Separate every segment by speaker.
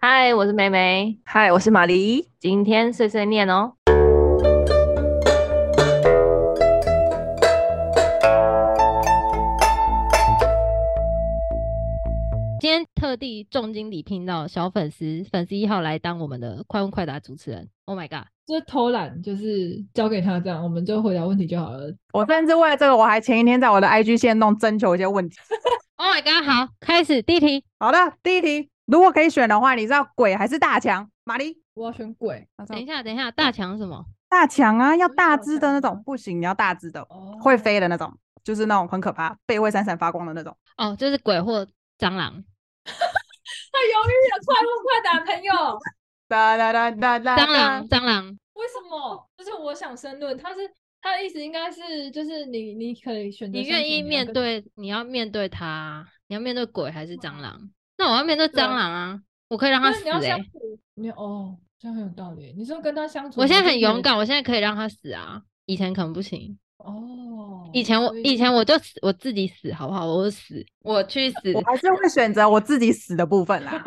Speaker 1: 嗨，我是梅梅，
Speaker 2: 嗨，我是玛丽。
Speaker 1: 今天碎碎念哦。今天特地重金礼聘到小粉丝粉丝一号来当我们的快问快答主持人。Oh my god！
Speaker 3: 就是偷懒，就是交给他这样，我们就回答问题就好了。
Speaker 2: 我甚至为了这个，我还前一天在我的 IG 线动征求一些问题。
Speaker 1: Oh my god！好，开始第一题。
Speaker 2: 好的，第一题，如果可以选的话，你知道鬼还是大强？玛丽，
Speaker 3: 我要选鬼
Speaker 2: 她说
Speaker 1: 等一下，等一下，大强是什么？
Speaker 2: 大强啊，要
Speaker 3: 是
Speaker 2: 大
Speaker 3: 小
Speaker 2: 只的那
Speaker 3: 强
Speaker 2: 种，不行，你要大只的，
Speaker 3: 哦
Speaker 2: 会飞的那种，就是那种很可怕，背会闪闪发光的那种。
Speaker 1: 哦，就是鬼或蟑螂。
Speaker 3: 他犹豫了，快问快答，朋友，
Speaker 2: 哒哒哒哒哒，
Speaker 1: 蟑螂，蟑螂。
Speaker 3: 为什么？就是我想申论，他是他的意思应该是，就是你你可以选择
Speaker 1: 你
Speaker 3: 相处
Speaker 1: 愿意
Speaker 3: 要
Speaker 1: 面
Speaker 3: 跟
Speaker 1: 对，你要面对它，你要面对鬼还是蟑螂？那我要面对
Speaker 3: 对
Speaker 1: 蟑螂啊！我可以让它
Speaker 3: 就是
Speaker 1: 死
Speaker 3: 你要
Speaker 1: 哎、
Speaker 3: 相处，你哦，这样很有道理。你说跟他相处，
Speaker 1: 我现
Speaker 3: 然
Speaker 1: 在
Speaker 3: 后
Speaker 1: 很
Speaker 3: 就变
Speaker 1: 勇
Speaker 3: 得
Speaker 1: 敢，我现在可以让它死啊！以前可能不行，
Speaker 3: 哦。
Speaker 1: 以前我
Speaker 3: 所
Speaker 1: 以前我就死，我自己死好不好？我就死，我去死，
Speaker 2: 我还是会选择我自己死的部分 啦。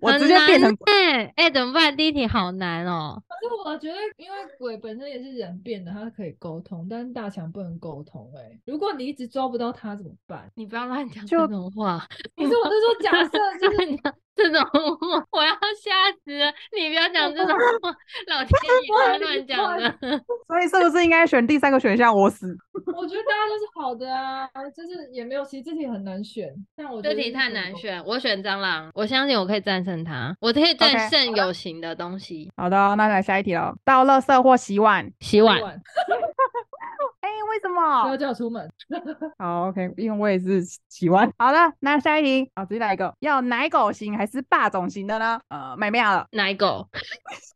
Speaker 2: 我直接变成鬼，
Speaker 1: 哎哎、欸怎么办？第一题好难哦。
Speaker 3: 可是我觉得，因为鬼本身也是人变的，它可以沟通，但是大强不能沟通、欸。哎，如果你一直抓不到它怎么办？
Speaker 1: 你不要乱讲这
Speaker 2: 就
Speaker 1: 种话，
Speaker 3: 可是我是说假设就是
Speaker 1: 乱讲 这种话，我要吓死了！你不要讲这种话，老天爷在乱讲的。
Speaker 2: 所以是不是应该选第三个选项？我死。
Speaker 3: 我觉得大家都是好的啊，就是也没有，其实这题很难选，但我觉
Speaker 1: 这
Speaker 3: 得
Speaker 1: 题
Speaker 3: 就是
Speaker 1: 太
Speaker 3: 狗
Speaker 1: 难
Speaker 3: 狗。
Speaker 1: 选，我选蟑螂。我相信我可以战胜它，我可以战
Speaker 2: OK，
Speaker 1: 胜有形的东西。
Speaker 2: 好的，哦那来下一题了。倒垃圾或洗碗？
Speaker 1: 洗碗，
Speaker 3: 晚
Speaker 2: 哎、为什
Speaker 3: 不
Speaker 2: 么
Speaker 3: 要？叫我出门，
Speaker 2: 好，OK，因为我也是喜欢。好的，那下一题，好，直接来一个，要奶狗型还是霸总型的呢？呃，买妙了，
Speaker 1: 奶狗，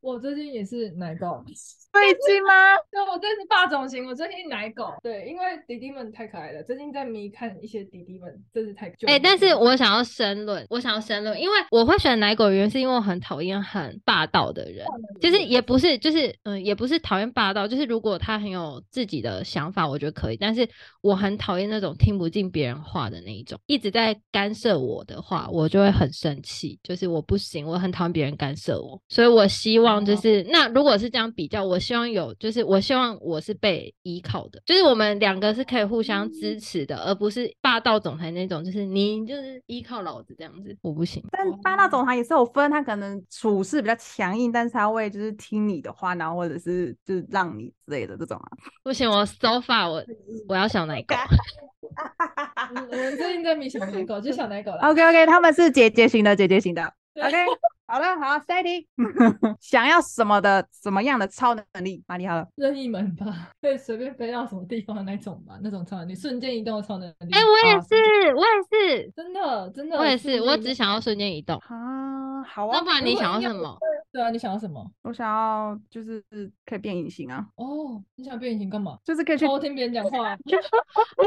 Speaker 3: 我最近也是奶狗，
Speaker 2: 最近吗？
Speaker 3: 对我最近是霸总型，我最近奶狗，对，因为弟弟们太可爱了，最近在迷看一些弟弟们，真是太可
Speaker 1: 哎、
Speaker 3: 爱。
Speaker 1: 但是我想要申论，我想要申论，因为我会选奶狗，原因是因为我很讨厌很霸道的人，就是也不是，就是嗯、呃也不是讨厌霸道，就是如果他很有自己的想法，我觉得可以，但是我很讨厌那种听不进别人话的那一种，一直在干涉我的话，我就会很生气，就是我不行，我很讨厌别人干涉我，所以我希望就
Speaker 3: 哦
Speaker 1: 是、那如果是这样比较，我希望有就是我希望我是被依靠的，就是我们两个是可以互相支持的，而不是霸道总裁那种，就是你就是依靠老子这样子，我不行。
Speaker 2: 但霸道总裁也是有分，他可能处事比较强硬，但是他会就是听你的话，然后或者是就是让你之类的这种啊。
Speaker 1: 不行，我 so far 我我要小奶狗，
Speaker 3: 嗯我们最近在迷小奶狗，就是小奶狗
Speaker 1: 哦
Speaker 3: 啦。
Speaker 2: OK OK，他们是姐姐型的，姐姐型的。
Speaker 3: 对
Speaker 2: OK，好了，好，下一题， 想要什么的什么样的超能力？玛丽好了，
Speaker 3: 任意门吧，可以随便飞到什么地方的那种吧，那种超能力，瞬间移动的超能力。
Speaker 1: 哎、我也
Speaker 2: 哦
Speaker 1: 是，我也是，
Speaker 3: 真的真的，
Speaker 1: 我也
Speaker 3: 瞬
Speaker 1: 是，
Speaker 3: 间
Speaker 1: 我
Speaker 3: 移
Speaker 1: 只
Speaker 3: 动
Speaker 1: 想要瞬间移动。
Speaker 2: 啊，好
Speaker 1: 那
Speaker 2: 啊
Speaker 1: 不，然
Speaker 3: 如
Speaker 1: 你
Speaker 3: 果
Speaker 1: 想要
Speaker 3: 硬要
Speaker 1: 什么？
Speaker 3: 对啊，你想要什么？
Speaker 2: 我想要就是可以变隐形啊，
Speaker 3: 哦，你想变隐形干嘛？
Speaker 2: 就是可以去
Speaker 3: 偷听别人讲话，啊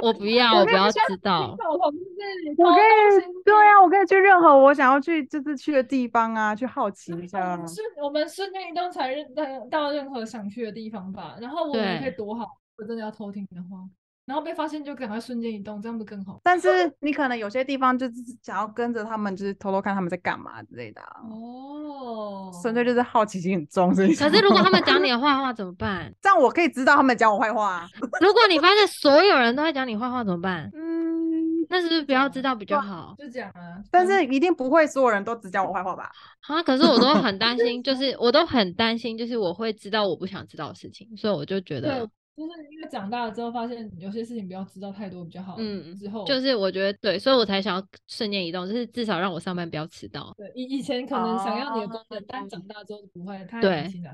Speaker 1: 我不要，
Speaker 2: 我
Speaker 1: 我
Speaker 2: 可
Speaker 1: 不
Speaker 2: 以
Speaker 1: 要
Speaker 2: 不需要
Speaker 1: 知 道。
Speaker 3: 我同
Speaker 1: 哦
Speaker 3: 事，
Speaker 2: 我
Speaker 3: 超
Speaker 2: 可
Speaker 3: 担
Speaker 2: 以
Speaker 3: 心，
Speaker 2: 对
Speaker 3: 你
Speaker 2: 啊，我可以去任何我想要去，就是去的地方啊，去好奇一
Speaker 3: 我
Speaker 2: 下。啊
Speaker 3: 们瞬我们瞬间移动才认到到任何想去的地方吧，然后我们可以
Speaker 1: 对
Speaker 3: 躲好。我真的要偷听的话，然后被发现就赶快瞬间移动，这样不更好？
Speaker 2: 但是你可能有些地方就是想要跟着他们，就是偷偷看他们在干嘛之类的、啊，
Speaker 3: 哦，
Speaker 2: 纯粹就是好奇心很重。所以
Speaker 1: 可是如果他们讲你的坏话怎么办？
Speaker 2: 这样，我可以知道他们讲我坏话、啊。
Speaker 1: 如果你发现所有人都在讲你坏话怎么办？
Speaker 2: 嗯，
Speaker 1: 那是不是不要知道比较
Speaker 2: 哇
Speaker 1: 好
Speaker 3: 就讲啊，
Speaker 2: 但
Speaker 3: 就是
Speaker 1: 嗯
Speaker 2: 一定不会所有人都只讲我坏话吧？
Speaker 1: 啊？可是我都很担心，就是我都很担心，就是我会知道我不想知道的事情，所以我就觉
Speaker 3: 对
Speaker 1: 得，
Speaker 3: 就是因为长大了之后发现有些事情不要知道太多比较好。
Speaker 1: 嗯
Speaker 3: 之后
Speaker 1: 就是我觉得对，所以我才想要瞬间移动，就是至少让我上班不要迟到。
Speaker 3: 对以以前可能想要你的功
Speaker 2: 哦
Speaker 3: 能，但长大之后就不会，太
Speaker 1: 对
Speaker 3: 隐形了。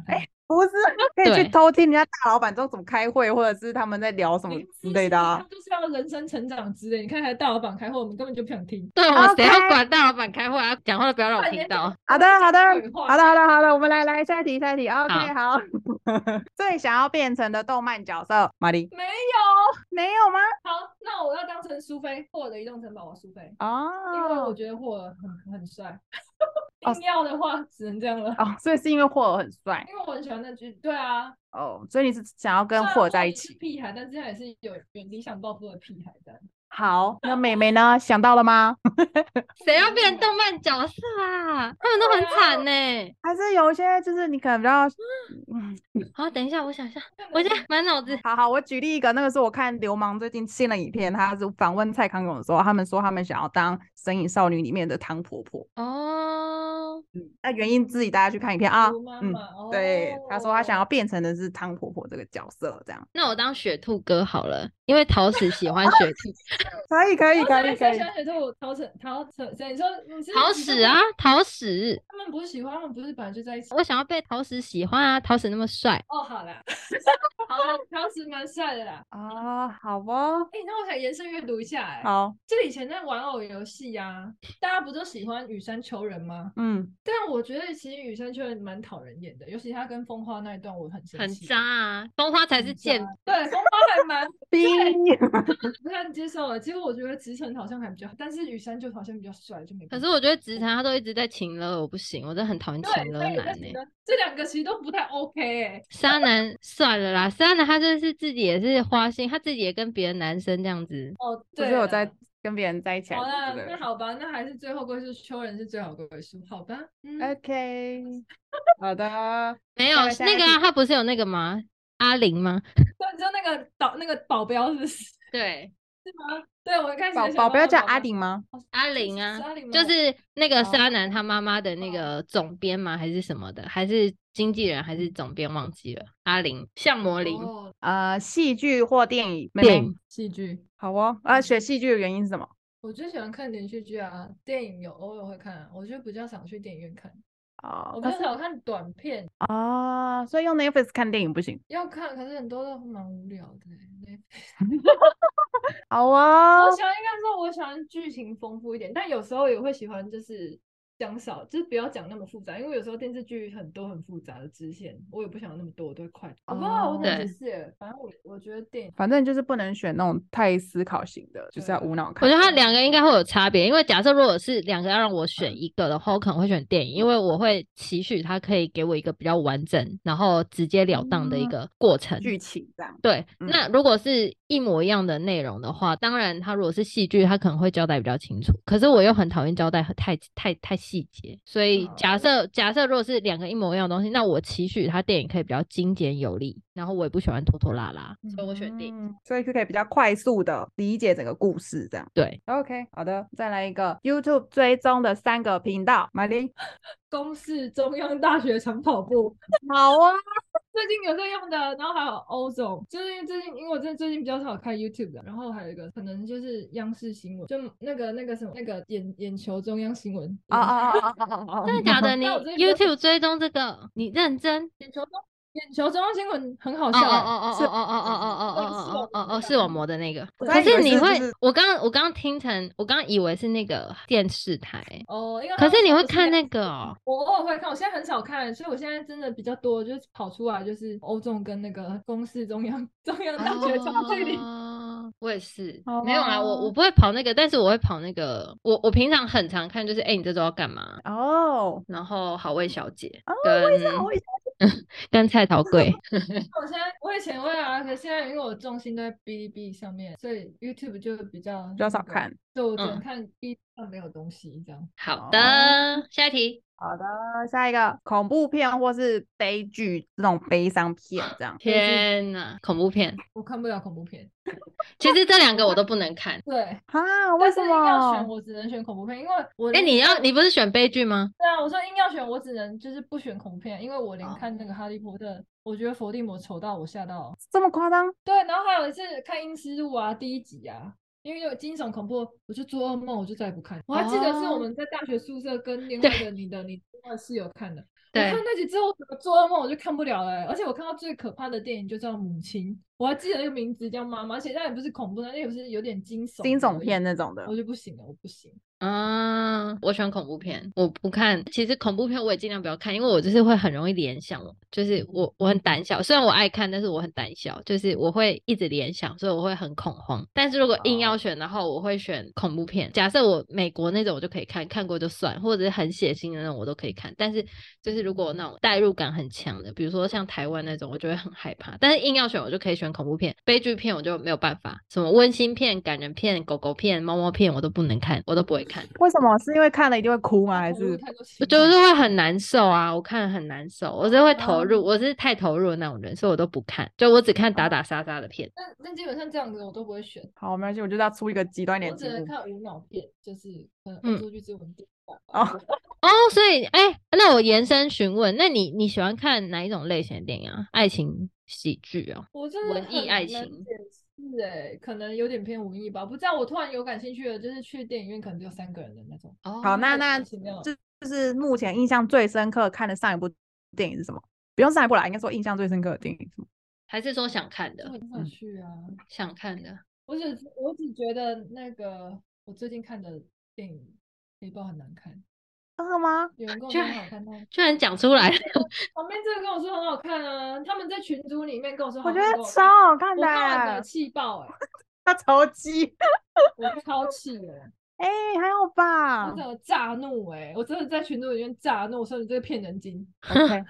Speaker 2: 不是，可以
Speaker 1: 对
Speaker 2: 去偷听人家大老板都怎么开会，或者是他们在聊什么
Speaker 3: 你
Speaker 2: 之类的、啊
Speaker 3: 他。就是要人生成长之类。你看，还大老板开会，我们根本就不想听。
Speaker 1: 对我谁要
Speaker 2: OK
Speaker 1: 管大老板开会啊？讲话都不要让我
Speaker 3: 快
Speaker 1: 听
Speaker 3: 点
Speaker 1: 到。
Speaker 2: 好的，
Speaker 3: 在
Speaker 2: 好的，
Speaker 3: 讲鬼话
Speaker 2: 好的，好的，好的，我们来来下一题，下一题。OK，好。 最想要变成的动漫角色，玛丽
Speaker 3: 没有，
Speaker 2: 没有吗？
Speaker 3: 好，那我要当成苏菲，霍尔的移动城堡，我苏菲，因为我
Speaker 2: 哦
Speaker 3: 觉得霍尔很很帅。
Speaker 2: 哦
Speaker 3: 硬要的话，只能这样了。
Speaker 2: 哦，所以是因为霍尔很帅
Speaker 3: 因为我很喜欢那句，对啊，
Speaker 2: 哦，所以你是想要跟
Speaker 3: 虽然
Speaker 2: 霍尔
Speaker 3: 霍
Speaker 2: 在
Speaker 3: 尔
Speaker 2: 一
Speaker 3: 是
Speaker 2: 起
Speaker 3: 屁孩，但是他也是有有理想抱负的屁孩的。
Speaker 2: 好，那美眉呢？想到了吗？
Speaker 1: 谁要变动漫角色啊？他们都很惨呢、
Speaker 2: 还是有一些就是你可能比较，嗯，
Speaker 1: 好，等一下，我想一下，我现在满脑子。
Speaker 2: 好好，我举例一个，那个是我看流氓最近新的影片，他是访问蔡康永的时候，他们说他们想要当《神隐少女》里面的汤婆婆，
Speaker 1: 哦，
Speaker 2: 嗯，那原因自己大家去看影片啊，
Speaker 3: 猪妈
Speaker 2: 嗯
Speaker 3: 妈，哦
Speaker 2: 对，他说他想要变成的是汤婆婆这个角色，这样
Speaker 1: 那我当雪兔哥好了，因为桃子喜欢雪 兔，
Speaker 2: 可以可以可
Speaker 3: 桃子
Speaker 2: 以
Speaker 3: 还
Speaker 2: 可
Speaker 3: 是
Speaker 2: 以，
Speaker 3: 小雪兔，桃子桃子，你说你是
Speaker 1: 桃
Speaker 3: 你是
Speaker 1: 矢啊，桃矢，
Speaker 3: 他们不是喜欢，他们不是本来就在一起。
Speaker 1: 我想要被桃矢喜欢啊，桃矢那么帅，
Speaker 3: 哦，好啦，好啦，桃子蛮帅的啦。
Speaker 2: 啊、好哦，
Speaker 3: 哎、那我想延伸阅读一下、哎，
Speaker 2: 好，
Speaker 3: 就以前那玩偶游戏啊，大家不都喜欢羽山求人吗？
Speaker 2: 嗯，
Speaker 3: 但我觉得其实羽山求人蛮讨人厌的，尤其他跟风花那一段，我很生
Speaker 1: 很
Speaker 3: 气。
Speaker 1: 渣啊，风花才是
Speaker 3: 很
Speaker 1: 贱
Speaker 3: 渣。对，风花还蛮
Speaker 2: 冰，
Speaker 3: 不太接受啊的。其实我觉得直城好像还比较，但是羽山就好像比较帅，就没办法。
Speaker 1: 可是我觉得直男他都一直在情勒，我不行，我真的很讨厌
Speaker 3: 对，
Speaker 1: 情勒
Speaker 3: 所以
Speaker 1: 男呢、
Speaker 3: 这几个这两个其实都不太 OK 哎、
Speaker 1: 渣男算了啦，渣男他就是自己也是花心，他自己也跟别的男生这样子。
Speaker 3: 哦，
Speaker 2: 不
Speaker 3: 对
Speaker 2: 是有
Speaker 3: 啦
Speaker 2: 在跟别人在一起
Speaker 3: 好
Speaker 2: 还
Speaker 3: 啦，
Speaker 2: 是之类
Speaker 3: 那
Speaker 2: 的
Speaker 3: 好吧，那还是最后归宿秋人是最好归宿，好吧？嗯，
Speaker 2: 哎，OK，好的，
Speaker 1: 没有
Speaker 2: 再来下
Speaker 1: 那
Speaker 2: 一
Speaker 1: 个、啊、
Speaker 2: 题
Speaker 1: 他不是有那个吗？阿玲吗？
Speaker 3: 对，你知道那个保那个保镖是不是？
Speaker 1: 对，
Speaker 3: 对，我一开始
Speaker 2: 宝
Speaker 3: 也想
Speaker 2: 宝
Speaker 3: 到
Speaker 2: 不要
Speaker 3: 那个
Speaker 2: 叫阿
Speaker 3: 镖，哦
Speaker 2: 顶吗？
Speaker 1: 阿
Speaker 3: 是
Speaker 1: 玲
Speaker 3: 是
Speaker 1: 啊
Speaker 3: 阿玲吗
Speaker 1: 就
Speaker 3: 我
Speaker 1: 是那个
Speaker 2: 哦
Speaker 1: 渣男他妈妈的那个总编吗？还是什么的？还是经纪人？还是总编？忘记了。阿玲，向魔玲，
Speaker 3: 哦，
Speaker 2: 呃，戏剧或电影，妹
Speaker 1: 电
Speaker 2: 妹
Speaker 1: 影
Speaker 3: 戏剧。
Speaker 2: 好哦。呃，选戏剧的原因是什么？
Speaker 3: 我最喜欢看连续剧啊，电影有偶尔会看啊，我就比较想去电影院看，我
Speaker 2: 哦，
Speaker 3: 比
Speaker 2: 可
Speaker 3: 较
Speaker 2: 是
Speaker 3: 少看短片，
Speaker 2: 哦，所以用 Netflix 看电影不行。
Speaker 3: 要看，可是很多都蛮无聊的欸。对
Speaker 2: 好
Speaker 3: 我
Speaker 2: 哦，
Speaker 3: 喜欢应该说我喜欢剧情丰富一点，但有时候也会喜欢就是讲少，就是不要讲那么复杂，因为有时候电视剧很多很复杂的支线，我也不想要那么多，我都会快。我不知
Speaker 2: 哦
Speaker 3: 道我怎么
Speaker 1: 对
Speaker 3: 解释欸，反正我我觉得电影
Speaker 2: 反正就是不能选那种太思考型的，就是要
Speaker 3: 对
Speaker 2: 无脑
Speaker 1: 我
Speaker 2: 看。
Speaker 1: 觉得它两个应该会有差别，因为假设如果是两个要让我选一个的话，我可能会选电影，因为我会期许它可以给我一个比较完整，然后直截了当的一
Speaker 2: 嗯
Speaker 1: 个过程。
Speaker 2: 剧情这样。
Speaker 1: 对，
Speaker 2: 嗯
Speaker 1: 那如果是一模一样的内容的话，当然它如果是戏剧，它可能会交代比较清楚。可是我又很讨厌交代很太太太细节，所以假
Speaker 3: 哦
Speaker 1: 设假设如果是两个一模一样的东西，那我期许它电影可以比较精简有力，然后我也不喜欢拖拖拉拉，所以我选电影。
Speaker 2: 嗯，所以就可以比较快速的理解整个故事这样。
Speaker 1: 对，
Speaker 2: OK，好的，再来一个 YouTube 追踪的三个频道，马林。
Speaker 3: 公式中央大学长跑步。
Speaker 2: 好啊，
Speaker 3: 最近有在用的，然后还有欧总，就是因为最近，因为我真的最近比较少看 YouTube 的，然后还有一个可能就是央视新闻，就那个那个什么那个眼眼球中央新闻
Speaker 1: 哦
Speaker 2: 啊啊啊啊啊啊！
Speaker 1: 真的假的？你
Speaker 3: 那我真的觉得
Speaker 1: YouTube 追踪这个，你认真？
Speaker 3: 眼球中眼球中央新闻很好
Speaker 1: 哦
Speaker 3: 笑、
Speaker 1: 哦
Speaker 3: 欸，
Speaker 1: 哦哦哦哦哦哦哦哦哦哦哦，视网膜的那个。
Speaker 2: 我
Speaker 1: 可
Speaker 2: 刚以为
Speaker 1: 是你
Speaker 2: 是就
Speaker 1: 会
Speaker 2: 是，
Speaker 1: 我刚我刚听成，我刚以为是那个电视台欸，
Speaker 3: 哦，因为
Speaker 1: 可是你会看那
Speaker 3: 个。
Speaker 1: 个哦。
Speaker 3: 我偶尔会看，我现在很少看，所以我现在真的比较多，就是跑出来就是欧仲跟那个公视中央 中央大学长距离。
Speaker 1: 哦我也是，没有啦，我我
Speaker 2: 哦
Speaker 1: 不会跑那个，但是我会跑那个。我我平常很常看，就是哎、你这周要干嘛？
Speaker 2: 哦，
Speaker 1: 然后好味小姐
Speaker 2: 哦
Speaker 1: 跟
Speaker 2: 我以前
Speaker 1: 跟菜桃贵，
Speaker 3: 我现在我以前会啊，可是现在因为我重心都在哔哩哔哩上面，所以 YouTube 就比较
Speaker 2: 比较少
Speaker 3: 那个
Speaker 2: 看。
Speaker 3: 对，我只
Speaker 1: 嗯
Speaker 3: 能看 B 站没有东西这样。
Speaker 1: 好
Speaker 2: 哦
Speaker 1: 的，下一题。
Speaker 2: 好的，下一个恐怖片或是悲剧这种悲伤片，这样
Speaker 3: 就是
Speaker 1: 天呐，恐怖片！
Speaker 3: 我看不了恐怖片，
Speaker 1: 其实这两个我都不能看。
Speaker 3: 对，
Speaker 2: 啊？为
Speaker 3: 但
Speaker 2: 什
Speaker 3: 是硬要选，
Speaker 2: 么？
Speaker 3: 我只能选恐怖片，因为我
Speaker 1: 哎、
Speaker 3: 连
Speaker 1: 你要你不是选悲剧吗？
Speaker 3: 对啊，我说硬要选，我只能就是不选恐怖片，因为我连
Speaker 2: 哦
Speaker 3: 看那个《哈利波特》，我觉得伏地魔丑到我吓到。
Speaker 2: 这么夸张？
Speaker 3: 对，然后还有一次看《阴尸路》啊，第一集啊，因为有惊悚恐怖，我就做噩梦，我就再也不看。我还记得是我
Speaker 2: 哦
Speaker 3: 们在大学宿舍跟另
Speaker 1: 对
Speaker 3: 外的你的你另外的室友看的。我
Speaker 1: 对
Speaker 3: 看，那集之后，我怎么做噩梦我就看不了了欸、而且我看到最可怕的电影就叫《母亲》，我还记得那个名字叫妈妈，而且那也不是恐怖的，那也不是有点惊悚
Speaker 2: 惊
Speaker 3: 的
Speaker 2: 悚
Speaker 3: 而已
Speaker 2: 片，那种的
Speaker 3: 我就不行了，我不行。
Speaker 1: 啊，我选恐怖片，我不看。其实恐怖片我也尽量不要看，因为我就是会很容易联想，哦就是我我很胆小。虽然我爱看，但是我很胆小，就是我会一直联想，所以我会很恐慌。但是如果硬要
Speaker 2: 哦
Speaker 1: 选的话，我会选恐怖片。假设我美国那种我就可以看，看过就算，或者是很血腥的那种我都可以看。但是就是如果那种代入感很强的，比如说像台湾那种，我就会很害怕。但是硬要选，我就可以选欢恐怖片，悲剧片我就没有办法，什么温馨片、感人片、狗狗片、猫猫片我都不能看，我都不会看，
Speaker 2: 为什么？是因为看了一定会哭吗？还
Speaker 3: 投入
Speaker 2: 是
Speaker 3: 太多情
Speaker 1: 我就是
Speaker 3: 感
Speaker 1: 会很难受啊，我看了很难受，我是会投入，我是太投入的那种人，所以我都不看，就我只看打打杀杀的片。
Speaker 3: 但但基本上这样子我都不会选，
Speaker 2: 好？没关系，我就要出一个极端点
Speaker 3: 我
Speaker 2: 题
Speaker 3: 只能
Speaker 2: 目。
Speaker 3: 看无脑片，就是可能
Speaker 1: 嗯
Speaker 3: 恶作剧之吻电影
Speaker 2: 哦
Speaker 3: 吧。
Speaker 1: 哦，所以哎、那我延伸询问，那你你喜欢看哪一种类型的电影啊？爱情喜剧哦，
Speaker 3: 我真的
Speaker 1: 文艺
Speaker 3: 很
Speaker 1: 爱
Speaker 3: 难
Speaker 1: 情
Speaker 3: 解释哎，可能有点偏文艺吧。不知道我突然有感兴趣的，就是去电影院可能只有三个人的那种。
Speaker 1: 哦
Speaker 2: 好，那
Speaker 3: 莫
Speaker 2: 那
Speaker 3: 名其妙
Speaker 2: 这就是目前印象最深刻看的上一部电影是什么？不用上一部啦，应该说印象最深刻的电影是什么？
Speaker 1: 还是说想看
Speaker 3: 这
Speaker 1: 的
Speaker 3: 很，
Speaker 2: 嗯
Speaker 3: 想去啊！
Speaker 1: 想看的。
Speaker 3: 我只我只觉得那个我最近看的电影黑豹很难看，
Speaker 2: 真的吗？
Speaker 3: 有人跟我
Speaker 1: 居
Speaker 3: 说
Speaker 1: 然
Speaker 3: 很好看，但
Speaker 1: 居然讲出来了，
Speaker 3: 旁边这个跟我说很好看啊，他们在群组里面跟我说
Speaker 2: 我
Speaker 3: 好
Speaker 2: 觉得
Speaker 3: 看，跟哦我
Speaker 2: 超好
Speaker 3: 看
Speaker 2: 看
Speaker 3: 我
Speaker 2: 的
Speaker 3: 看完整
Speaker 2: 欸
Speaker 3: 个，气爆哎、
Speaker 2: 他超级，
Speaker 3: 我超气 的，
Speaker 2: 哎，还好
Speaker 3: 我
Speaker 2: 吧
Speaker 3: 整个炸怒哎、我真的在群组里面炸怒，我说你这个骗人精。
Speaker 2: ？OK，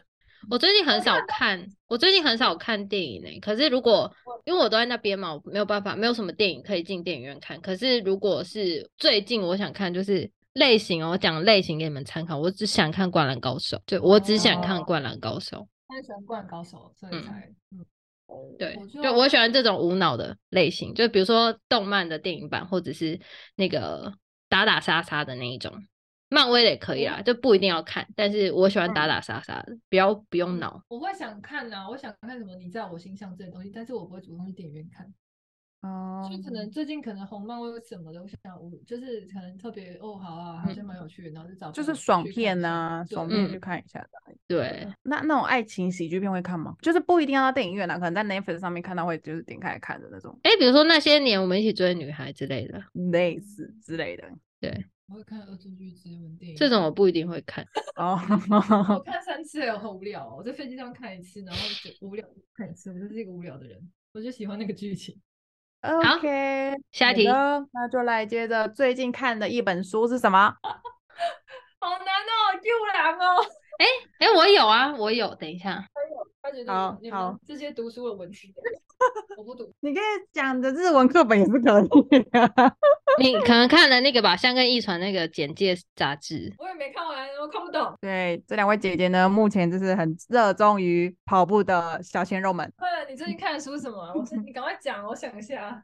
Speaker 1: 我最近很少看，我最近很少看电影呢、欸可是如果因为我都在那边嘛，我没有办法，没有什么电影可以进电影院看。可是如果是最近我想看，就是类型哦，我讲类型给你们参考。我只想看《灌篮高手》，对我只想看《
Speaker 3: 哦
Speaker 1: 灌篮高手》。
Speaker 3: 他喜欢灌篮高手，所
Speaker 1: 嗯
Speaker 3: 以才嗯，
Speaker 1: 对
Speaker 3: 我，
Speaker 1: 就我喜欢这种无脑的类型，就比如说动漫的电影版，或者是那个打打杀杀的那一种。漫威的也可以啦，就不一定要看，但是我喜欢打打杀杀的，不要不用脑。
Speaker 3: 我会想看啊，我想看什么你在我心上这些东西，但是我不会主动去电影院看，
Speaker 2: 哦
Speaker 3: 就可能最近可能红漫威什么的，我想我就是可能特别哦好啊，好像蛮有趣的，然后就找
Speaker 2: 就是
Speaker 3: 朋友
Speaker 2: 爽
Speaker 3: 去看
Speaker 2: 片
Speaker 3: 一下
Speaker 2: 呐、
Speaker 3: 对
Speaker 2: 爽片
Speaker 1: 嗯
Speaker 2: 去看一下的。
Speaker 1: 对，
Speaker 2: 那那种爱情喜剧片会看吗？就是不一定要到电影院啦，可能在 Netflix 上面看到会就是点开来看的那种，
Speaker 1: 哎，比如说那些年我们一起追的女孩之类的，
Speaker 2: 类似之类的。
Speaker 3: 我会看恶作剧之吻电影，
Speaker 1: 这种我不一定会看。
Speaker 2: 哦，
Speaker 3: 我看三次了，我很无聊哦、我在飞机上看一次，然后就无聊看一次，我就是一个无聊的人，我就喜欢那个剧情。
Speaker 2: OK，
Speaker 1: 下一
Speaker 2: 好
Speaker 1: 题，
Speaker 2: 的那就来接着最近看的一本书是什么？
Speaker 3: 好难哦，又难哦。
Speaker 1: 哎，我有啊，我有。等一下，
Speaker 3: 他觉
Speaker 2: 好
Speaker 3: 得你
Speaker 2: 好
Speaker 3: 们这些读书的文字，我不读。
Speaker 2: 你可以讲的日文课本也是可以的、
Speaker 1: 你可能看了那个吧，香根一传那个简介杂志，
Speaker 3: 我也没看完，我看不懂。
Speaker 2: 对，这两位姐姐呢，目前就是很热衷于跑步的小鲜肉们，
Speaker 3: 快了，你最近看的书什么啊？我说你赶快讲，我想一下。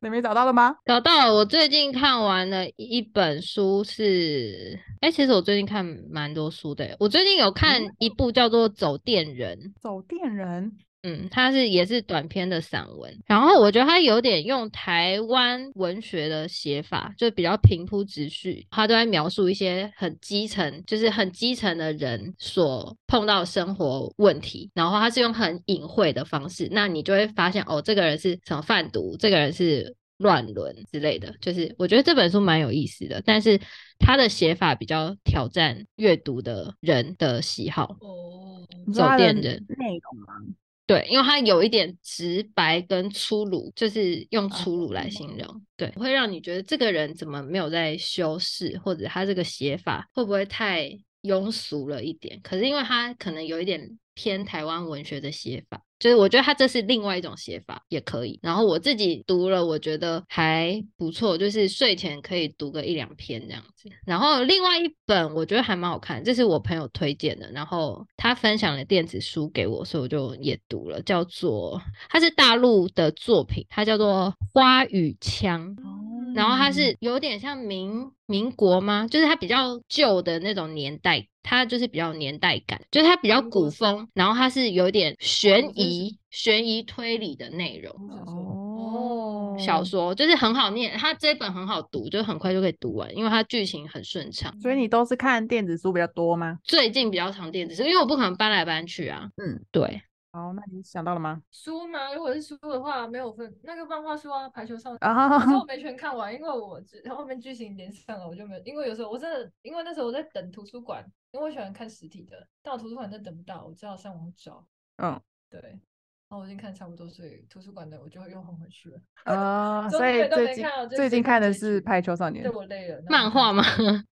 Speaker 2: 你没找到了吗？
Speaker 1: 找到了。我最近看完了一本书是，哎，其实我最近看蛮多书的。我最近有看一部叫做《走电人》，
Speaker 2: 走电人，
Speaker 1: 嗯，它是也是短篇的散文，然后我觉得它有点用台湾文学的写法，就比较平铺直叙，它都在描述一些很基层，就是很基层的人所碰到的生活问题，然后它是用很隐晦的方式，那你就会发现哦，这个人是什么贩毒，这个人是乱伦之类的，就是我觉得这本书蛮有意思的，但是它的写法比较挑战阅读的人的喜好。
Speaker 3: 哦，
Speaker 2: 你知道
Speaker 1: 走
Speaker 2: 它的
Speaker 1: 电人
Speaker 2: 内容啊吗？
Speaker 1: 对，因为它有一点直白跟粗鲁，就是用
Speaker 2: 啊
Speaker 1: 粗鲁来形容，对，会让你觉得这个人怎么没有在修饰，或者他这个写法会不会太庸俗了一点？可是因为他可能有一点偏台湾文学的写法，就是我觉得他这是另外一种写法也可以。然后我自己读了，我觉得还不错，就是睡前可以读个一两篇这样子。然后另外一本我觉得还蛮好看，这是我朋友推荐的，然后他分享了电子书给我，所以我就也读了，叫做它是大陆的作品，它叫做《花与枪》。
Speaker 3: 哦嗯
Speaker 1: 然后它是有点像民民国吗？就是它比较旧的那种年代，它就是比较有年代感，就是它比较
Speaker 3: 民国
Speaker 1: 古
Speaker 3: 风
Speaker 1: 风，然后它是有点悬
Speaker 3: 真是哦
Speaker 1: 疑、悬疑推理的内容。
Speaker 3: 我想说，
Speaker 2: 哦，
Speaker 1: 小说就是很好念，它这本很好读，就很快就可以读完，因为它剧情很顺畅。
Speaker 2: 所以你都是看电子书比较多吗？
Speaker 1: 最近比较常电子书，因为我不可能搬来搬去啊。
Speaker 2: 嗯，
Speaker 1: 对，
Speaker 2: 好，那你想到了 吗？
Speaker 3: 书吗？如果是书的话，没有分那个漫画书啊，《排球少
Speaker 1: 哦
Speaker 3: 年》。
Speaker 2: 啊
Speaker 3: 可是我没全看完，因为我只后面剧情连上了，我就没有。因为有时候我真的，因为那时候我在等图书馆，因为我喜欢看实体的，但我图书馆真的等不到，我只好上网找。
Speaker 2: 嗯，
Speaker 3: 对。然后我已经看差不多，所以图书馆的我就又换回去了。
Speaker 2: 啊，
Speaker 3: 中
Speaker 2: 所
Speaker 3: 间
Speaker 2: 以
Speaker 3: 也都
Speaker 2: 最
Speaker 3: 没
Speaker 2: 近
Speaker 3: 看我就
Speaker 2: 最
Speaker 3: 直
Speaker 2: 近
Speaker 3: 接
Speaker 2: 看
Speaker 3: 看
Speaker 2: 的
Speaker 3: 结
Speaker 2: 是
Speaker 3: 局
Speaker 2: 《排球少年
Speaker 3: 对》我累了。
Speaker 1: 漫画吗
Speaker 3: 嘛，？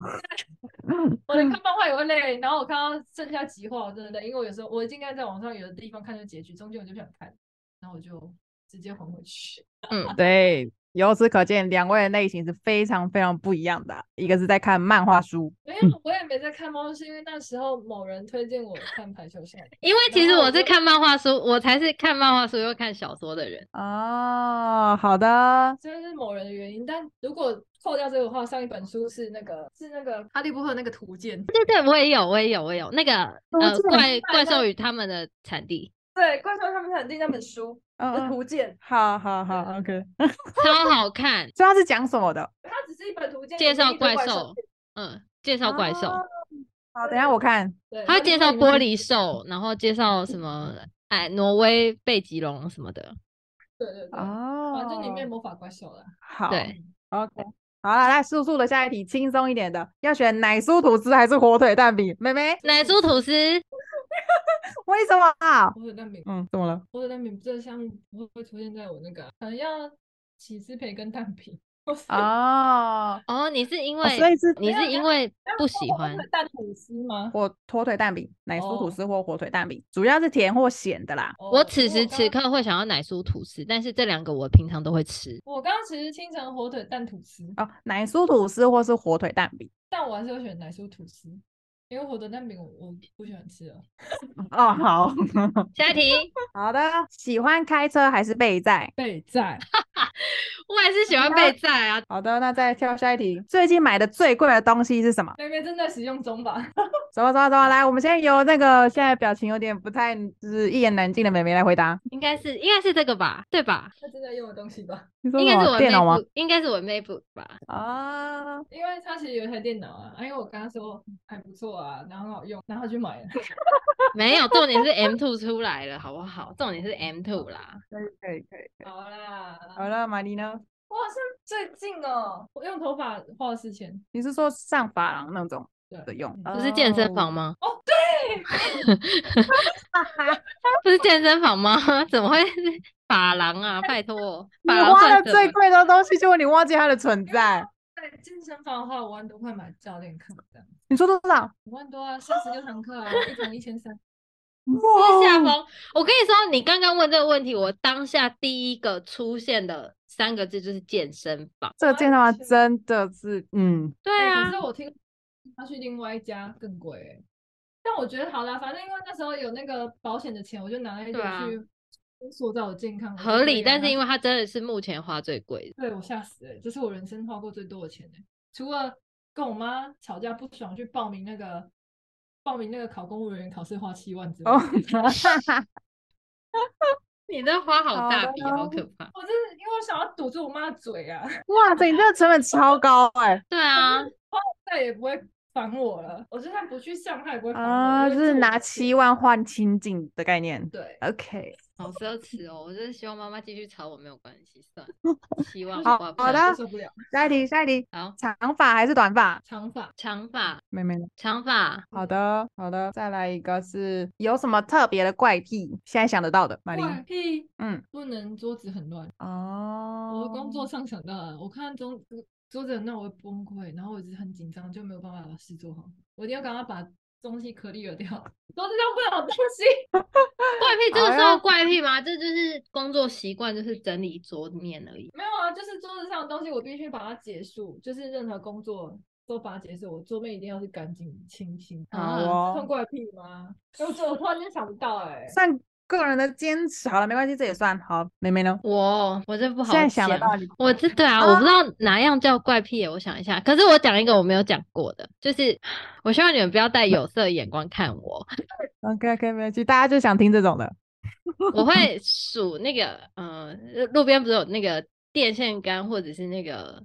Speaker 2: 嗯，
Speaker 3: 我连看漫画也会累，然后我看到剩下几话，我真的累，因为我有时候我应该在网上有的地方看这结局，中间我就不想看。然后我就直接还回去。
Speaker 2: 对，由此可见，两位的类型是非常非常不一样的。啊一个是在看漫画书，
Speaker 3: 没有，我也没在看猫，是因为那时候某人推荐我看排球少年。
Speaker 1: 因为其
Speaker 3: 然
Speaker 1: 实
Speaker 3: 后
Speaker 1: 我
Speaker 3: 我
Speaker 1: 是
Speaker 3: 就
Speaker 1: 看漫画书，我才是看漫画书又看小说的人。
Speaker 2: 哦，好的，
Speaker 3: 虽然是某人的原因，但如果扣掉这个的话，上一本书是那个是那个哈利波特那个图鉴，
Speaker 1: 对哎对，我也有，我也有，我有那个
Speaker 2: 多
Speaker 1: 呃
Speaker 2: 见
Speaker 1: 怪怪
Speaker 3: 怪
Speaker 1: 兽
Speaker 3: 兽
Speaker 1: 与他们的产地，
Speaker 3: 对，怪兽他们产地那本书
Speaker 2: 嗯
Speaker 3: 的
Speaker 2: 嗯，
Speaker 3: 图鉴，
Speaker 2: 好好好，OK。
Speaker 1: 超好 看。
Speaker 2: 所以它是讲什么的？
Speaker 3: 它只是一本图鉴，
Speaker 1: 介
Speaker 3: 里面
Speaker 1: 绍
Speaker 3: 一堆
Speaker 1: 怪兽
Speaker 3: 兽，
Speaker 1: 嗯，介绍怪兽，
Speaker 2: 哦好，等一下我看。
Speaker 3: 对，
Speaker 1: 他
Speaker 3: 它
Speaker 1: 会介绍玻
Speaker 3: 璃。
Speaker 1: 璃兽，然后介绍什么
Speaker 2: 嗯
Speaker 1: 哎挪威贝吉龙什么的。
Speaker 3: 对对对，
Speaker 2: 哦，
Speaker 3: 嗯反正里面魔法怪兽啦。
Speaker 2: 好，
Speaker 1: 对
Speaker 2: ，OK。好了，来速速的下一题，轻松一点的，要选奶酥吐司还是火腿蛋饼？妹妹，
Speaker 1: 奶猪吐司，
Speaker 2: 为什么啊？
Speaker 3: 火腿蛋饼，
Speaker 2: 嗯，怎么了？
Speaker 3: 火腿蛋饼这个项目不会出现在我那个啊，可能要起司培根蛋饼。我是
Speaker 2: 哦，
Speaker 1: 哦，你是因
Speaker 2: 哦所
Speaker 1: 为
Speaker 2: 以是
Speaker 1: 你
Speaker 3: 没有
Speaker 1: 是因为
Speaker 3: 那
Speaker 1: 不
Speaker 3: 火
Speaker 1: 喜
Speaker 3: 腿
Speaker 1: 欢
Speaker 3: 蛋吐司吗？
Speaker 2: 火火腿蛋饼、奶酥吐
Speaker 3: 哦
Speaker 2: 司或火腿蛋饼，主要是甜或咸的啦。
Speaker 1: 我
Speaker 3: 哦
Speaker 1: 此时此，刻会想要奶酥吐司，但是这两个我平常都会吃。
Speaker 3: 我刚刚我刚刚其实听成火腿蛋吐司，
Speaker 2: 哦，奶酥吐司或是火腿蛋饼。
Speaker 3: 但我还是会选奶酥吐司，因为火腿蛋饼我我不喜欢吃了。
Speaker 2: 哦，好
Speaker 1: 下一题，我
Speaker 2: 好的，喜欢开车还是备载？
Speaker 3: 备 在
Speaker 1: 也 是喜欢被 载啊，
Speaker 2: 好的，那再跳下一题。最近买的最贵的东西是什么？
Speaker 3: 妹妹正在使用中吧？
Speaker 2: 什么什么什么？啊来，我们现在由那个现在表情有点不太就是一言难尽的美眉来回答。
Speaker 1: 应该是应该是这个吧，对吧？
Speaker 3: 她正在用的东西吧？
Speaker 2: 你说
Speaker 1: 应
Speaker 2: 什
Speaker 1: 该是
Speaker 2: 么
Speaker 1: 我
Speaker 2: 电脑吗？
Speaker 1: MacBook，应该是我 MacBook 吧。
Speaker 2: 啊，
Speaker 3: 因为她其实有一台电脑啊，啊因为我跟她说还不错啊，然后很好用，然后她去买了。
Speaker 1: 没有，重点是 M two 出来了，好不好？重点是 M two 啦。
Speaker 2: 可以可以可以。
Speaker 3: 好啦，
Speaker 2: 好了，玛丽呢？
Speaker 3: 我好像最近哦，我用头发花了四千。
Speaker 2: 你是说上发廊那种
Speaker 3: 对
Speaker 2: 的用？
Speaker 3: 嗯
Speaker 1: 不是健身
Speaker 2: 哦
Speaker 1: 房吗？
Speaker 3: 对，
Speaker 1: 不是健身房吗？ 怎么会是发廊啊？拜 托，
Speaker 2: 你
Speaker 1: 发廊
Speaker 2: 花了
Speaker 1: 算什
Speaker 2: 最
Speaker 1: 么？
Speaker 2: 贵的东西，结果你忘记它的存在。
Speaker 3: 在健身房的话，五万多块买教练课这样，
Speaker 2: 你说多少？
Speaker 3: 五万多啊，三十六堂课啊，一堂一千三。
Speaker 1: 是下
Speaker 2: 哇，哦
Speaker 1: 风。我跟你说，你刚刚问这个问题，我当下第一个出现的三个字就是健身房。
Speaker 2: 这个健身房
Speaker 3: 完全
Speaker 2: 真的是，嗯，
Speaker 1: 对
Speaker 3: 欸
Speaker 1: 啊
Speaker 3: 可，是我听他去另外一家更贵、欸，但我觉得好啦，反正因为那时候有那个保险的钱，我就拿来一
Speaker 1: 对啊
Speaker 3: 点去塑造我健康，我就
Speaker 1: 合
Speaker 3: 可
Speaker 1: 理，
Speaker 3: 以啊
Speaker 1: 但是因
Speaker 3: 那
Speaker 1: 为它真的是目前花最贵的。
Speaker 3: 对我吓死了、这是我人生花过最多的钱、欸、除了跟我妈吵架不爽去报名那个报名那个考公务人员考试花七万之外，
Speaker 2: 哦，
Speaker 1: 你这花好哦
Speaker 2: 好
Speaker 1: 大
Speaker 2: 的
Speaker 1: 笔，好可怕。
Speaker 3: 我真的因为我想要堵住我妈的嘴啊，
Speaker 2: 哇塞，你这个成本超高哎、
Speaker 1: 对 啊，
Speaker 3: 再也不会烦我了。我就算不去上，她也不会烦我，
Speaker 2: 啊，
Speaker 3: 因
Speaker 2: 就
Speaker 3: 为
Speaker 2: 是
Speaker 3: 我
Speaker 2: 拿
Speaker 3: 的
Speaker 2: 七
Speaker 3: 钱
Speaker 2: 万换清净的概念。
Speaker 3: 对。
Speaker 2: OK，
Speaker 1: 好奢侈哦。我就是希望妈妈继续吵我没有关系，算了，希望
Speaker 2: 好
Speaker 1: 花不
Speaker 2: 好
Speaker 1: 上
Speaker 2: 的
Speaker 3: 我受不了
Speaker 2: 下一题，下一题，
Speaker 1: 好，
Speaker 2: 长发还是短发？
Speaker 3: 长发。
Speaker 1: 长发，
Speaker 2: 妹妹呢？
Speaker 1: 长发，
Speaker 2: 好的，好的，再来一个是有什么特别的怪癖？现在想得到的，玛丽。
Speaker 3: 怪癖
Speaker 2: 嗯，
Speaker 3: 不能桌子很乱。
Speaker 2: 哦，
Speaker 3: 我工作上想到了，我看桌桌子很乱，我会崩溃，然后我一直很紧张，就没有办法把事做好。我一定要赶快把东西颗粒儿掉，桌子上不能有东西。
Speaker 1: 怪癖这
Speaker 2: 好
Speaker 1: 个时候
Speaker 2: 呀
Speaker 1: 怪癖吗？这就是工作习惯，就是整理桌面而已。
Speaker 3: 没有啊，就是桌子上的东西我必须把它结束，就是任何工作都把它结束，我桌面一定要是干净清新。
Speaker 1: 好
Speaker 2: 好
Speaker 1: 啊
Speaker 3: 这算
Speaker 2: 哦，
Speaker 3: 怪癖吗？哎我这我突然间想不到 哎、
Speaker 2: 算个人的坚持好了，没关系，这也算好。妹妹呢？
Speaker 1: 我我这不好
Speaker 2: 现在想
Speaker 1: 讲
Speaker 2: 得，到你，
Speaker 1: 我这对啊，我不知道哪样叫怪癖耶，我想一下。可是我讲一个我没有讲过的，就是 我希望你们不要带有色眼光看我，
Speaker 2: OK OK，没关系，大家就想听这种的。
Speaker 1: 我会数那个，嗯、路边不是有那个电线杆或者是那个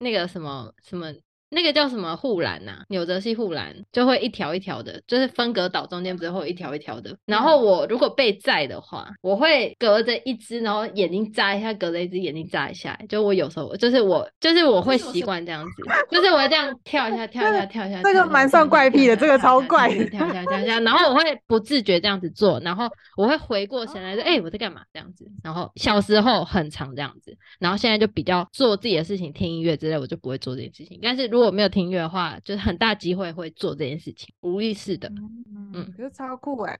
Speaker 1: 那个什么什么。那个叫什么护栏呐、纽泽西护栏就会一条一条的，就是分隔岛中间不是会有一条一条的。然后我如果被载的话，我会隔着一只，然后眼睛眨一下，隔着一只眼睛眨一下。就我有时候就是我就是我会
Speaker 3: 这是我
Speaker 1: 习
Speaker 3: 是
Speaker 1: 惯这样子，就是我会这样跳一下跳一下跳一下。
Speaker 2: 这
Speaker 1: 跳
Speaker 2: 个
Speaker 1: 一下跳
Speaker 2: 蛮
Speaker 1: 一下
Speaker 2: 算怪癖的
Speaker 1: 跳一下
Speaker 2: 这个超怪
Speaker 1: 跳一下跳一下跳一下，然后我会不自觉这样子做，然后我会回过神
Speaker 2: 哦
Speaker 1: 来说，哎、我在干嘛这样子。然后小时候很常这样子，然后现在就比较做自己的事情，听音乐之类，我就不会做这件事情。但是如果没有听音乐的话，就是很大机会会做这件事情，无意识的。
Speaker 2: 嗯
Speaker 1: 嗯
Speaker 2: 可是超酷哎、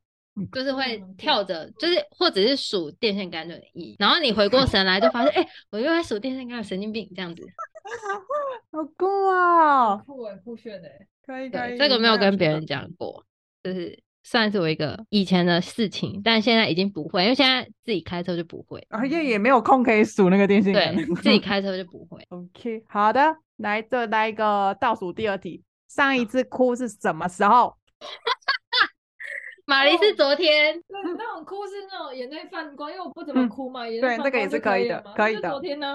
Speaker 1: 就是会
Speaker 3: 嗯对
Speaker 1: 跳着，就是或者是数电线杆的一，然后你回过神来就发现，哎、我又在数电线杆，神经病这样子。
Speaker 2: 好酷哦！
Speaker 3: 酷哎，酷炫哎，
Speaker 2: 可以可
Speaker 1: 对，
Speaker 2: 以，
Speaker 1: 这个没有
Speaker 2: 蛮
Speaker 1: 跟
Speaker 2: 趣
Speaker 1: 别
Speaker 2: 的
Speaker 1: 人讲过，就是算是我一个以前的事情，但现在已经不会，因为现在自己开车就不会，
Speaker 2: 而且啊也没有空可以数那个电线杆。
Speaker 1: 对自己开车就不会。
Speaker 2: OK，好的，来这来一个倒数第二题，上一次哭是什么时候？
Speaker 1: 玛丽是昨天，
Speaker 3: 对，那种哭是那种眼泪泛光，因为我不怎么
Speaker 2: 嗯
Speaker 3: 哭嘛，眼
Speaker 2: 对
Speaker 3: 泪泛
Speaker 2: 这个也
Speaker 3: 光就是
Speaker 2: 可以
Speaker 3: 以了
Speaker 2: 的
Speaker 3: 嘛
Speaker 2: 可
Speaker 3: 那
Speaker 2: 以
Speaker 3: 就
Speaker 2: 的
Speaker 3: 昨天呢？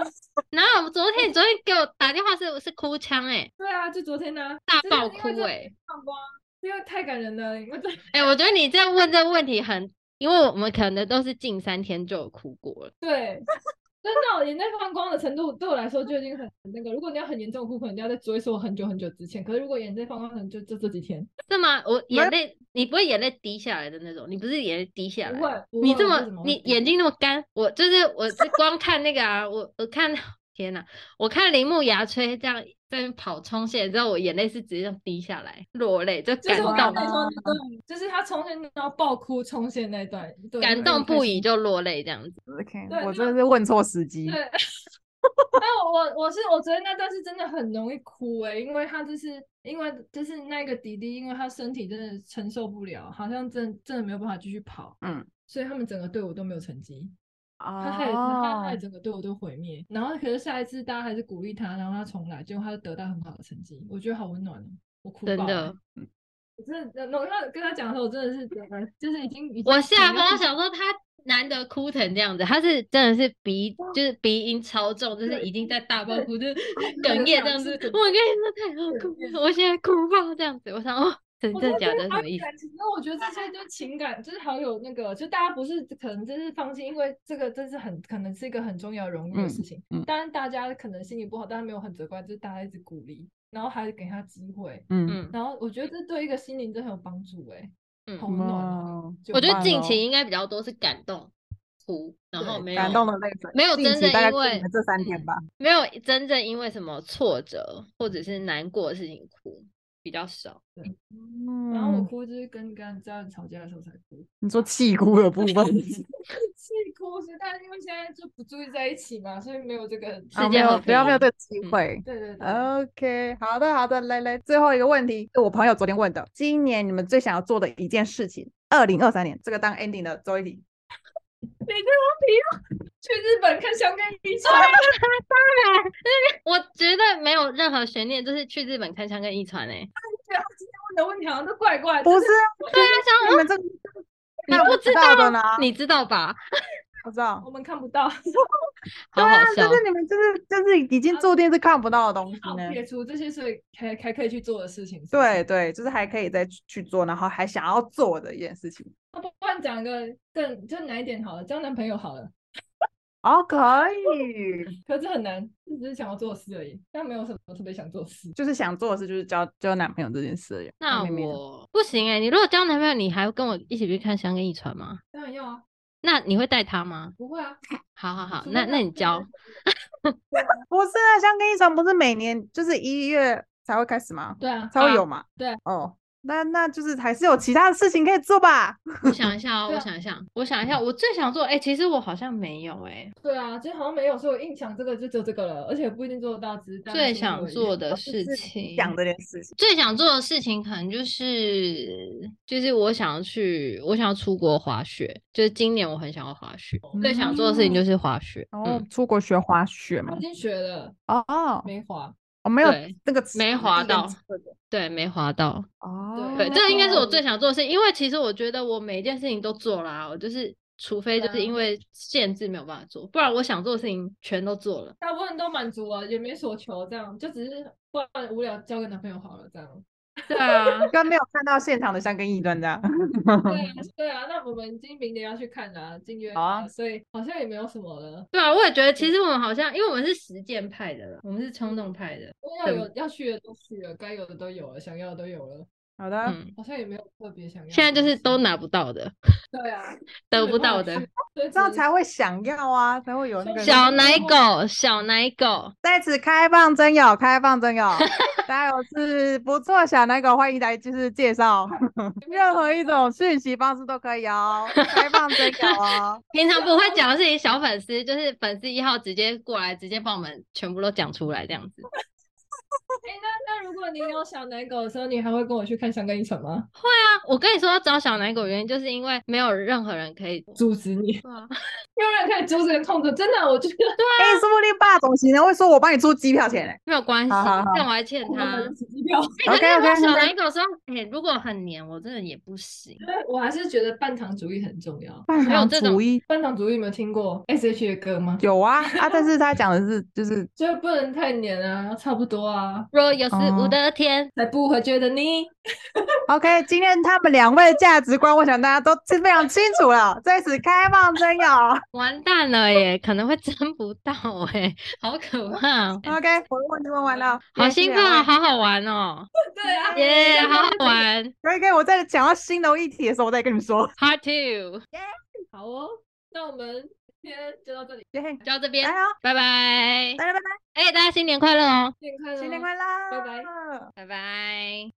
Speaker 1: 然后我昨天你昨天给我打电话是是哭腔哎、
Speaker 3: 对啊，就昨天呢，
Speaker 1: 大
Speaker 3: 就是
Speaker 1: 爆
Speaker 3: 因为
Speaker 1: 哭
Speaker 3: 就
Speaker 1: 哎、
Speaker 3: 放光，因为太感人了，因为这
Speaker 1: 哎、我觉得你这样问这个问题很，因为我们可能都是近三天就有哭过了。
Speaker 3: 对，真的眼泪放光的程度对我来说就已经很那个。如果你要很严重的哭，可能你要再追溯很久很久之前。可是如果眼泪放光，可能就就这几天。
Speaker 1: 是吗？我
Speaker 2: 没有
Speaker 1: 眼泪，你不会眼泪滴下来的那种，你不是眼泪滴下
Speaker 3: 不
Speaker 1: 来
Speaker 3: 会
Speaker 1: 的，，
Speaker 3: 不
Speaker 1: 啊你
Speaker 3: 会
Speaker 1: 这
Speaker 3: 我
Speaker 1: 么
Speaker 3: 为什么会
Speaker 1: 你
Speaker 3: 哭
Speaker 1: 眼睛那么干，我就是我是光看那个啊，我我看天哪，我看铃木牙吹这样在那边跑冲线之后，我眼泪是直接这样滴下来，落泪就
Speaker 3: 就
Speaker 1: 感
Speaker 3: 是我
Speaker 1: 动，
Speaker 3: 刚
Speaker 2: 感
Speaker 3: 才
Speaker 2: 动
Speaker 3: 说那段，就是他冲线然后爆哭冲线那一段，对，
Speaker 1: 感
Speaker 3: 很
Speaker 1: 动
Speaker 3: 开
Speaker 1: 不
Speaker 3: 心
Speaker 1: 已就落泪这样子。
Speaker 2: OK，
Speaker 3: 对
Speaker 2: 我
Speaker 3: 那
Speaker 2: 真的是问错时机。
Speaker 3: 对， 但我我我是我昨天那段是真的很容易哭诶、因为他就是因为就是那个弟弟，因为他身体真的承受不了，好像真真的没有办法继续跑，
Speaker 2: 嗯，
Speaker 3: 所以他们整个队伍都没有成绩，他害了他
Speaker 2: 哦
Speaker 3: 害，整个队伍都毁灭。然后可是下一次大家还是鼓励他，然后他重来，结果他就得到很好的成绩，我觉得好温暖哦，我哭
Speaker 1: 真
Speaker 3: 爆
Speaker 1: 的
Speaker 3: 欸。我真的，那我跟他跟他讲的时候，我真的是整个就是已经，已经
Speaker 1: 我吓
Speaker 3: 整个
Speaker 1: 疯，我
Speaker 3: 是
Speaker 1: 想说他难得哭成这样子，他是真的是鼻就是鼻音超重，就是已经在大爆哭，就是哽咽这样子。我
Speaker 3: 是
Speaker 1: 跟你说太好哭了，我现在哭爆这样子。我想哦，真
Speaker 3: 我
Speaker 1: 真的
Speaker 3: 真的
Speaker 1: 假的？
Speaker 3: 觉
Speaker 1: 什
Speaker 3: 得好
Speaker 1: 么
Speaker 3: 有
Speaker 1: 意思？
Speaker 3: 感情，因为我觉得这些就情感，就是好有那个，就大家不是可能真是放弃，因为这个真是很可能是一个很重要荣誉的事情。
Speaker 2: 嗯嗯
Speaker 3: 当然大家可能心情不好，但是没有很责怪，就是大家一直鼓励，然后还给他机会，
Speaker 2: 嗯，
Speaker 1: 嗯，
Speaker 3: 然后我觉得这对一个心灵真的很有帮助哎、
Speaker 1: 嗯
Speaker 3: 好温暖哦、
Speaker 2: 哇
Speaker 3: 就
Speaker 1: 我觉得
Speaker 2: 棒
Speaker 1: 近
Speaker 2: 哦
Speaker 1: 期应该比较多是感动哭，然后
Speaker 3: 对
Speaker 1: 没有
Speaker 2: 感动的泪水，
Speaker 1: 没有
Speaker 2: 近
Speaker 1: 真
Speaker 2: 期
Speaker 1: 的
Speaker 2: 大概
Speaker 1: 因
Speaker 2: 就你
Speaker 1: 为
Speaker 2: 们这三天
Speaker 1: 嗯
Speaker 2: 吧。
Speaker 1: 没有真正因为什么挫折或者是难过的事情哭比较少。
Speaker 2: 嗯
Speaker 3: 然后我哭就是跟跟家人吵架的时候才哭，
Speaker 2: 你说气哭的部 分，
Speaker 3: 是哭是，但是因为现在就不住在一起嘛，所以没有这个
Speaker 1: 世
Speaker 2: 啊
Speaker 1: 界
Speaker 2: 没有
Speaker 1: 和
Speaker 2: 不要没有
Speaker 1: 平
Speaker 2: 这个机
Speaker 1: 嗯
Speaker 2: 会。
Speaker 3: 对对对，
Speaker 2: OK，好的好的，来来，最后一个问题是我朋友昨天问的，今年你们最想要做的一件事情，二零二三年这个当 ending 的最后一题。
Speaker 3: 你这个题去日本看香港比
Speaker 1: 哦
Speaker 3: 赛。
Speaker 1: 我觉得没有任何悬念，就是去日本看香跟一传欸诶。
Speaker 3: 对他今天问的问题好像都怪怪的，
Speaker 2: 不
Speaker 3: 就是是
Speaker 1: 对啊，像
Speaker 2: 你们这个
Speaker 1: 你
Speaker 2: 看
Speaker 1: 不知
Speaker 2: 到的
Speaker 1: 道
Speaker 2: 呢？
Speaker 1: 你知道吧？
Speaker 2: 我知道
Speaker 3: 我，们看不到，
Speaker 1: 好好
Speaker 2: 对啊，
Speaker 1: 笑
Speaker 2: 就。是你们就是就是已经注定是看不到的东西
Speaker 3: 好
Speaker 2: 呢。
Speaker 3: 撇除这些，所以还还可以去做的事情。是不是，
Speaker 2: 对对，就是还可以再去去做，然后还想要做的一件事情。
Speaker 3: 那不不然讲一个更就难一点好了，交男朋友好了，
Speaker 2: 哦，可以，
Speaker 3: 可是很难，就只是想要做的事而已，但没有什么特别想做的事。
Speaker 2: 就是想做的事就是交交男朋友这件事而已。
Speaker 1: 那
Speaker 2: 哦妹妹呢
Speaker 1: 我不行哎、你如果交男朋友，你还跟我一起去看香跟一传吗？
Speaker 3: 当然要啊，
Speaker 1: 那你会带他吗？
Speaker 3: 不会啊，
Speaker 1: 好好好，
Speaker 3: 除
Speaker 1: 那
Speaker 3: 非
Speaker 2: 啊
Speaker 3: 他
Speaker 1: 那你
Speaker 3: 真的
Speaker 1: 交，
Speaker 2: 不是啊，香根一传不是每年就是一月才会开始吗？
Speaker 3: 对啊，
Speaker 2: 才会
Speaker 1: 啊
Speaker 2: 有嘛？
Speaker 3: 对，
Speaker 2: 哦，那那就是还是有其他的事情可以做吧？
Speaker 1: 我想一下 哦，
Speaker 3: 对
Speaker 1: 我
Speaker 3: 啊
Speaker 1: 想一下，我想一下，我最想做哎、其实我好像没有哎、
Speaker 3: 对啊，就好像没有，所以我印象这个就只有这个了，而且不一定做得到，只是大家
Speaker 1: 最
Speaker 3: 说
Speaker 1: 想
Speaker 3: 而已
Speaker 1: 做的
Speaker 2: 啊我只
Speaker 1: 事
Speaker 2: 是
Speaker 1: 情，
Speaker 2: 讲这件事情，
Speaker 1: 最想做的事情可能就是就是我想要去，我想要出国滑雪，就是今年我很想要滑雪，
Speaker 3: 哦
Speaker 1: 最想做的事情就是滑雪。
Speaker 2: 然
Speaker 1: 嗯
Speaker 2: 后哦出国学滑雪嘛
Speaker 3: 我已。经学了，
Speaker 2: 哦，
Speaker 3: 没滑，
Speaker 2: 我没有
Speaker 1: 对
Speaker 2: 那个词
Speaker 1: 没
Speaker 2: 地
Speaker 1: 滑
Speaker 2: 跟
Speaker 1: 到
Speaker 2: 词的
Speaker 1: 对，没滑到。
Speaker 2: 哦，
Speaker 1: 对，
Speaker 3: 那
Speaker 1: 这个应该是我
Speaker 3: 就
Speaker 1: 最想做的事，因为其实我觉得我每一件事情都做啦，我就是除非
Speaker 3: 对
Speaker 1: 就是因
Speaker 3: 啊
Speaker 1: 为限制没有办法做，不然我想做的事情全都做了。
Speaker 3: 大部分都满足了，也没所求，这样就只是不然无聊交个男朋友好了，这样。
Speaker 1: 对啊，
Speaker 2: 跟没有看到现场的香根一专家。
Speaker 1: 嗯
Speaker 3: 对啊，对啊，那我们已经明年要去看了、啊，进院
Speaker 2: 好啊
Speaker 3: 了，所以好像也没有什么了。
Speaker 1: 对啊，我也觉得
Speaker 3: 嗯
Speaker 1: 其实我们好像，因为我们是实践派的啦，我们是冲动派的，
Speaker 3: 因为要
Speaker 1: 对
Speaker 3: 有要去的都去了，该有的都有了，想要的都有了。
Speaker 2: 好的，
Speaker 1: 嗯，
Speaker 3: 好像也没有特别想要。
Speaker 1: 现在就是都拿不到的，
Speaker 3: 对啊，
Speaker 1: 得
Speaker 3: 对
Speaker 1: 不
Speaker 3: 后来
Speaker 1: 到
Speaker 3: 就
Speaker 1: 的。
Speaker 3: 所以
Speaker 2: 这样
Speaker 3: 只
Speaker 2: 才会想要啊，才会有那个
Speaker 3: 对
Speaker 1: 小
Speaker 3: 对
Speaker 1: 奶
Speaker 3: 对啊
Speaker 1: 狗，小奶狗，
Speaker 2: 在此开放征友，开放 征友，大家有是不错小奶狗，欢迎来就是介绍，任何一种讯息方式都可以哦，开放征友哦。
Speaker 1: 平常不会讲的事情，小粉丝就是粉丝一号直接过来，直接帮我们全部都讲出来这样子。
Speaker 3: 哎、那那如果你有小奶狗的时候，你还会跟我去看香根一城吗？
Speaker 1: 啊，我跟你说要找小奶狗，原因就是因为没有任何人可以。
Speaker 3: 阻止你，
Speaker 1: 对啊，
Speaker 3: 没有人可以阻止你控制。真的，我觉得
Speaker 2: 哎、说不定霸总型的会说我帮你出机票钱嘞、
Speaker 1: 没有关系，
Speaker 2: 好好好
Speaker 1: 但我还欠
Speaker 3: 我
Speaker 1: 他
Speaker 3: 们。有机票，
Speaker 1: 哎，可是如
Speaker 2: OK，OK，
Speaker 1: 果小
Speaker 2: OK
Speaker 1: 奶狗说，哎，如果很黏，我真的也不行。
Speaker 3: 我还是觉得半糖主义很重要。
Speaker 2: 半
Speaker 1: 还有
Speaker 2: 糖
Speaker 1: 这种
Speaker 2: 主义
Speaker 3: 半糖主义有没有听过 S H 的歌吗？
Speaker 2: 有 啊啊，但是他讲的是就是
Speaker 3: 就是不能太黏啊，差不多啊，
Speaker 1: 若有是无
Speaker 2: 哦
Speaker 1: 的天，
Speaker 3: 才不会觉得你
Speaker 2: OK，今天他们两位的价值观，我想大家都是非常清楚了，在此开放 征友。
Speaker 1: 完蛋了耶，可能会争不到哎，好可怕哦，
Speaker 2: OK，我的问题问完了，
Speaker 1: 好
Speaker 2: 谢谢
Speaker 1: 兴
Speaker 2: 啊
Speaker 1: 奋
Speaker 2: 两
Speaker 1: 哦，
Speaker 2: 位
Speaker 1: 好好玩哦，
Speaker 3: 对啊，
Speaker 1: 耶，
Speaker 3: 然
Speaker 1: 好
Speaker 3: 后
Speaker 1: 好玩。
Speaker 2: 可以可以，我在讲到新楼一体的时候，我再跟你们说。
Speaker 1: Part Two
Speaker 3: 好哦，那我们今天就到这里，
Speaker 2: 耶、
Speaker 1: 就到这
Speaker 2: 来
Speaker 1: 边，
Speaker 2: 哦，
Speaker 1: 拜拜。
Speaker 2: 大家拜拜，
Speaker 1: 哎、大家新年快乐哦，
Speaker 3: 新年快乐，
Speaker 2: 新年快乐，
Speaker 3: 拜拜
Speaker 1: 拜
Speaker 2: 拜。
Speaker 1: 拜。